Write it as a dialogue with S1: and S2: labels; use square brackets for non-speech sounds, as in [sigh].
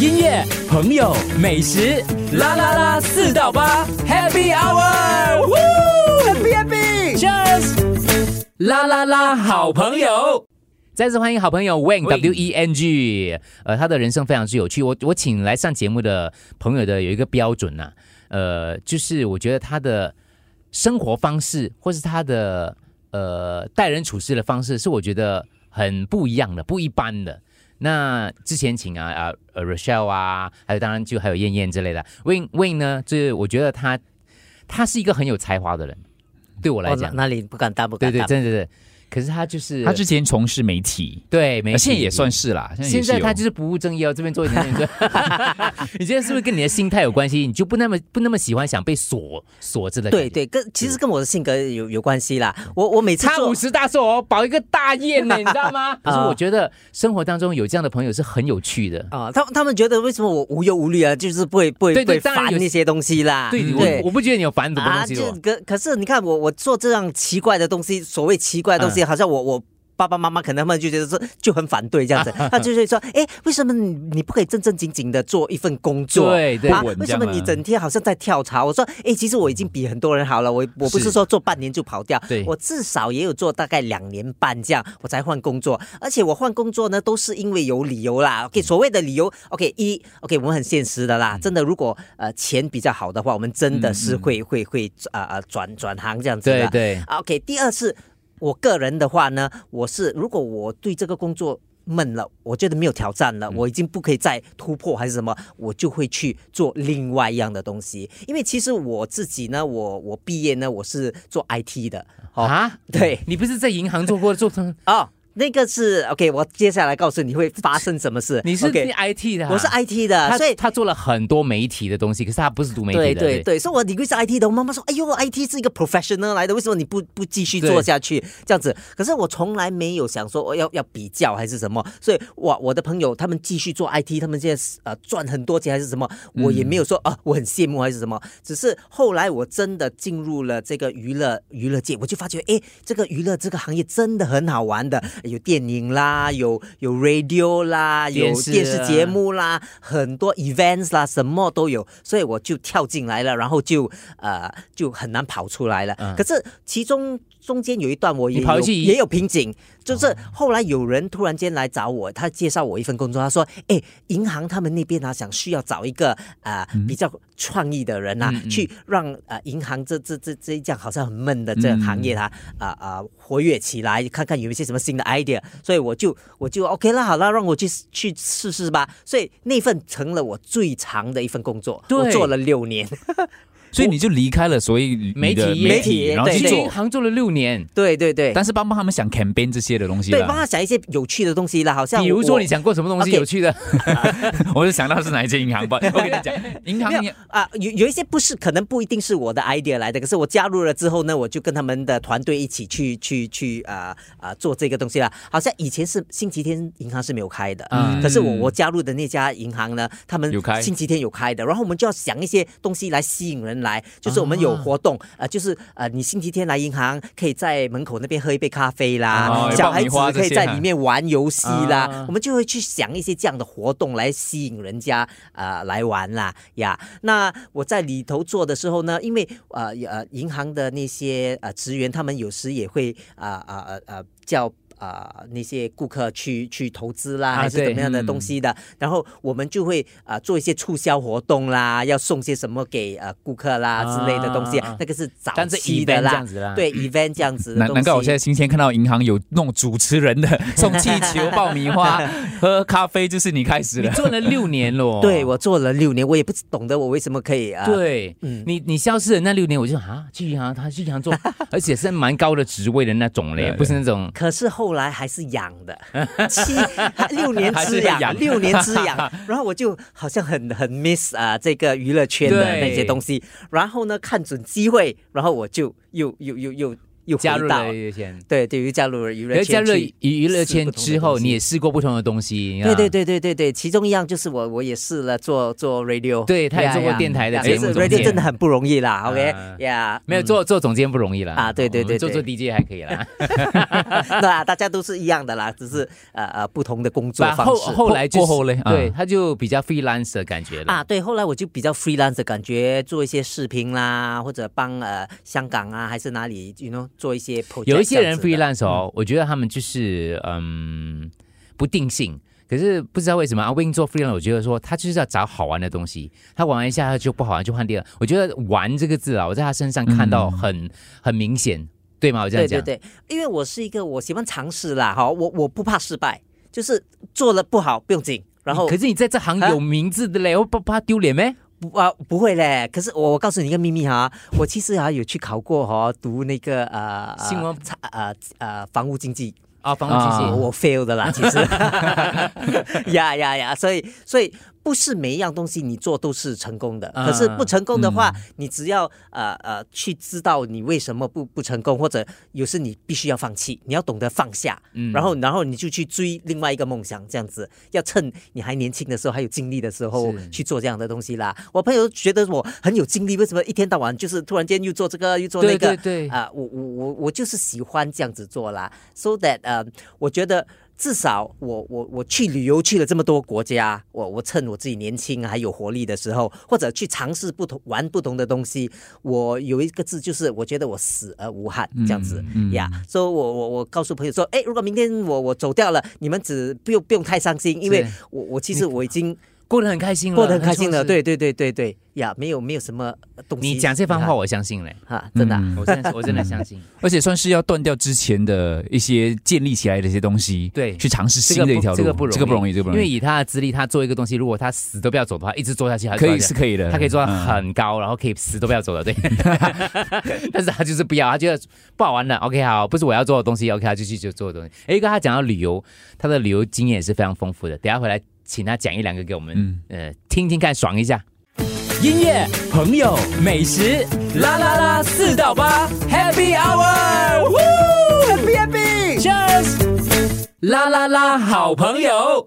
S1: 音乐、朋友、美食，啦啦啦，四到八，Happy Hour，Happy Happy，Cheers，啦啦啦，好朋友。再次欢迎好朋友 Wang W E N G，呃，他的人生非常之有趣。我我请来上节目的朋友的有一个标准呐、呃，就是我觉得他的生活方式或是他的呃待人处事的方式，是我觉得很不一样的、不一般的。那之前请啊啊呃 Rochelle 啊，还有当然就还有燕燕之类的。Win Win 呢，就是我觉得他他是一个很有才华的人，对我来
S2: 哦，
S1: 讲，
S2: 那里不敢当，不
S1: 对
S2: 敢
S1: 对，
S2: 当。
S1: 真的是。可是他就是
S3: 他之前从事媒体，
S1: 对，没
S3: 而现在
S1: 体
S3: 也算是啦。
S1: 现在他就是是不务正业哦，这边做一点点，
S2: [laughs]
S1: 你现在是不是跟你的心态有关系？你就不那么不那么喜欢想被锁锁着的感
S2: 对
S1: 觉？
S2: 对，跟其实
S1: 嗯
S2: 跟我的性格有有关系啦。我我每次
S1: 差
S2: 做
S1: 五十大寿哦，保一个大宴呢，你知道
S2: [laughs]
S1: 吗？可是我觉得生活当中有这样的朋友是很有趣的。
S2: 啊，他们他们觉得为什么我无忧无虑啊，就是不会不会
S1: 对
S2: 不
S1: 对
S2: 会
S1: 当然
S2: 烦
S1: 有
S2: 那些东西啦。
S1: 对，我我不觉得你有烦什么
S2: 啊，
S1: 东西的
S2: 就
S1: 哦。
S2: 可可是你看我我做这样奇怪的东西，所谓奇怪
S1: 嗯
S2: 的东西，好像我我。爸爸妈妈可能他们就觉得说就很反对
S1: [laughs]
S2: 这样子，他就会说，哎，为什么你你不可以正正经经的做一份工作？
S1: 对对
S2: 啊
S3: 稳，
S2: 为
S3: 这
S2: 什么
S3: 样啊
S2: 你整天好像在跳槽？我说，哎，其实我已经比很多人好了，我我不
S3: 是
S2: 是说做半年就跑掉
S1: 对，
S2: 我至少也有做大概两年半这样，我才换工作。而且我换工作呢，都是因为有理由啦。OK，所谓的理由，OK，一 OK，我们很现实的
S1: 嗯
S2: 啦，真的，如果呃钱比较好的话，我们真的是会会会啊啊转转行这样子
S1: 对
S2: 的。
S1: 对，
S2: 啊 OK，第二是我个人的话呢，我是如果我对这个工作闷了，我觉得没有挑战
S1: 嗯
S2: 了，我已经不可以再突破还是什么，我就会去做另外一样的东西。因为其实我自己呢，我我毕业呢，我是做 IT 的
S1: 啊，
S2: 哦对
S1: 你不是在银行做过做成？
S2: 哦，那个是 OK，我接下来告诉你会发生什么事。
S1: 你是
S2: OK，
S1: IT 的啊，
S2: 我是 IT 的，
S1: 他
S2: 所以
S1: 他做了很多媒体的东西，可是他不是读媒体
S2: 对
S1: 的。
S2: 对对，所以我你会是 IT 的，我妈妈说，哎呦，IT 是一个 professional 来的，为什么你不不继续做
S1: 对
S2: 下去这样子？可是我从来没有想说我哦要要比较还是什么，所以我我的朋友他们继续做 IT，他们现在是呃赚很多钱还是什么，
S1: 嗯
S2: 我也没有说啊、我很羡慕还是什么，只是后来我真的进入了这个娱乐娱乐界，我就发觉哎，这个娱乐这个行业真的很好玩的，有电影啦，有有 radio 啦，有
S1: 电视啊
S2: 电视节目。目啦，很多 events 啦，什么都有，所以我就跳进来了，然后就呃就很难跑出来了。可是其中中间有一段我也
S1: 嗯你跑
S2: 有
S1: 去
S2: 也有瓶颈，就是后来有人突然间来找我，他介绍我一份工作，他说：“哎，银行他们那边啊，想需要找一个啊、呃
S1: 嗯
S2: 比较创意的人啊，去让呃银行这这这这一样好像很闷的
S1: 嗯
S2: 这个行业啊啊啊活跃起来，看看有一些什么新的 idea。”所以我就我就 OK 啦，好啦，让我去去试试吧。所以那份成了我最长的一份工作，
S1: 对
S2: 我做了六年。 [laughs]
S3: 所以你就离开了所谓你
S1: 媒体
S3: 的
S1: 媒
S3: 媒
S2: 体
S3: 然后
S2: 对
S3: 去
S1: 去银
S3: 做，
S1: 行做了六年。
S2: 对对对，
S3: 但是帮帮他们想 campaign 这些的东西
S2: 对，帮
S3: 啦。
S2: 他想一些有趣的东西啦，好像
S1: 比如说
S2: 我
S1: 你想过什么东西
S2: OK
S1: 有
S2: [laughs]
S1: 趣的？
S3: [laughs] 我就想到是哪一间银
S1: [laughs]
S3: 行吧，我跟你讲，银行
S2: 没有啊，有有一些不是，可能不一定是我的 idea 来的，可是我加入了之后呢，我就跟他们的团队一起去去去啊啊、做这个东西啦。好像以前是星期
S3: 嗯
S2: 天银行是没有开的，
S1: 嗯
S2: 可是我我加入的那家银行呢，他们
S3: 有开
S2: 星期天有开的，然后我们就要想一些东西来吸引人来，就是我们有活动啊、呃就是呃你星期天来银行可以在门口那边喝一杯咖啡啦，
S3: 哦
S2: 小
S3: 爆米
S2: 孩子
S3: 花这
S2: 可以
S3: 些
S2: 在
S3: 啊
S2: 里面玩游戏啦，
S1: 啊
S2: 我们就会去想一些这样的活动来吸引人家啊来玩啦呀。那我在里头做的时候呢，因为呃呃银行的那些呃职员，他们有时也会啊啊啊啊叫。啊、那些顾客去去投资啦，
S1: 啊
S2: 还是
S1: 对嗯
S2: 怎么样的东西的，然后我们就会啊、做一些促销活动啦，要送些什么给呃顾客啦之类的东西，
S1: 啊
S2: 那个是早
S1: 但是
S2: 期
S1: event
S2: 的
S1: 这
S2: 啦
S1: 样，子啦
S2: 对 event 这样子的
S3: 难
S2: 东西。
S3: 难怪我现在今天看到银行有弄主持人的 [laughs] 送气球、爆米
S1: [laughs]
S3: 花、喝咖啡，就是你开始
S1: 你
S3: 了。
S1: 做了六年 [laughs] 咯。
S2: 对我做了六年，我也不懂得我为什么可哦以啊。
S1: 对，
S2: 嗯
S1: 你你消失的那六年，我就啊，去银行，他去银行做，而且是蛮高的职位的那种嘞，
S3: 对
S1: [laughs] 不是那种。
S2: 可是后来还是痒
S1: [laughs]
S2: 的，七六年
S3: 还
S2: 之
S3: 是
S2: 痒，
S3: 痒
S2: 六年之
S1: [laughs]
S2: 痒。然后我就好像很很 miss 啊、这个娱乐圈的
S1: 对
S2: 那些东西。然后呢，看准机会，然后我就又又又又又回
S1: 加入
S2: 到
S1: 了娱乐圈。
S2: 对对，又加入了娱
S1: 可
S2: 乐
S1: 是加
S2: 圈
S1: 入了啊
S2: 去
S1: 娱。娱乐
S2: 试
S1: 圈
S2: 不同的
S1: 之后，
S2: 东西
S1: 你也试过不同的东西。
S2: 对对
S1: 对
S2: 对对对对，其中一样就是我我也试了做做 radio，
S1: 对，他也
S2: 呀
S1: 做过
S2: 呀
S1: 电台的
S2: 呀
S1: 节
S2: 其
S1: 目
S2: 实
S1: 总
S2: radio
S1: 监
S2: 真的。很不容易啦，OK
S1: 啊
S2: 呀，
S1: 没有做做总监不容易啦
S2: 嗯啊对对
S1: 我们
S2: 对
S1: 做
S2: 对
S1: 做 DJ 还可以
S2: [laughs]
S1: 啦。
S2: 那大家都是一样的啦，只是呃呃不同的工作
S1: 但
S2: 方
S1: 后
S2: 式。
S1: 后来就
S3: 过
S1: 是
S3: 后嘞啊
S2: 嗯
S1: 对，他就比较 freelance 的感觉了。
S2: 啊，对，后来我就比较 freelance 的感觉，做一些视频啦，或者帮呃香港啊，还是哪里，you know，做一些 project
S1: 有一些人
S2: 这样子的
S1: freelance 哦，我觉得他们就是嗯不定性。可是不知道为什么阿 Win 做 freelance，我觉得说他就是要找好玩的东西，他玩完一下他就不好玩，就换第二。我觉得“玩”这个字啊，我在他身上看到很、很明显，对吗？我这样
S2: 对
S1: 讲，
S2: 对对，因为我是一个我喜欢尝试啦，哈，我我不怕失败，就是做了不好不用紧，然后
S1: 可是你在这行
S2: 啊
S1: 有名字的嘞，我不怕丢脸咩？
S2: 不啊不会嘞，可是我我告诉你一个秘密哈，我其实啊有去考过哈，读那个呃呃
S1: 新闻
S2: 呃呃房屋经济。
S1: 啊，房屋经
S2: 我
S1: 济。
S2: 我 fail 的啦，其实，
S1: [laughs]
S2: 呀呀呀，所以所以不是每一样东西你做都是成功的，
S1: 啊
S2: 可是不成功的
S1: 嗯
S2: 话，你只要呃呃去知道你为什么不不成功，或者有时你必须要放弃，你要懂得放下，
S1: 嗯
S2: 然后然后你就去追另外一个梦想，这样子，要趁你还年轻的时候，还有精力的时候
S1: 是
S2: 去做这样的东西啦。我朋友觉得我很有精力，为什么一天到晚就是突然间又做这个又做那
S1: 对
S2: 个？
S1: 对对，
S2: 啊、我我我我就是喜欢这样子做啦，so that 呃，我觉得至少我我我去旅游去了这么多国家，我我趁我自己年轻还有活力的时候，或者去尝试不同玩不同的东西，我有一个字就是我觉得我死而无憾这样子呀，所以、我我我告诉朋友说，哎，如果明天我我走掉了，你们只不用不用太伤心，因为
S1: 是
S2: 我我其实我已经
S1: 过得很开心了，
S2: 过得很开心了，
S1: 那就是。
S2: 对对对对对呀，没有没有什么东西遗憾。
S1: 你讲这番话，我相信嘞，
S2: 啊，真的啊、
S1: 我真的我真的相信。
S3: 嗯而且算是要断掉之前的一些建立起来的一些东西，
S1: 对
S3: 去尝试
S1: 这
S3: 新
S1: 个
S3: 的一
S1: 不
S3: 条路，
S1: 这个不容易，
S3: 这个不容易，这个不
S1: 因
S3: 容
S1: 为
S3: 易，
S1: 以他的资历，他做一个东西，如果他死都不要走的话，一直做下去，他
S3: 可以
S1: 做下去
S3: 是可以的，
S1: 他可以做到
S3: 嗯
S1: 很高，然后可以死都不要走的，对。但是他就是不要，他觉得不好玩了。OK，好，不是我要做的东西。OK，他就去就做的东西。哎，刚才讲到旅游，他的旅游经验也是非常丰富的。等一下回来请他讲一两个给我们，呃，听听看，爽一下。
S3: 音乐、朋友、美食，啦啦啦，四到八，Happy Hour，Happy Happy，Cheers，啦啦啦，好朋友。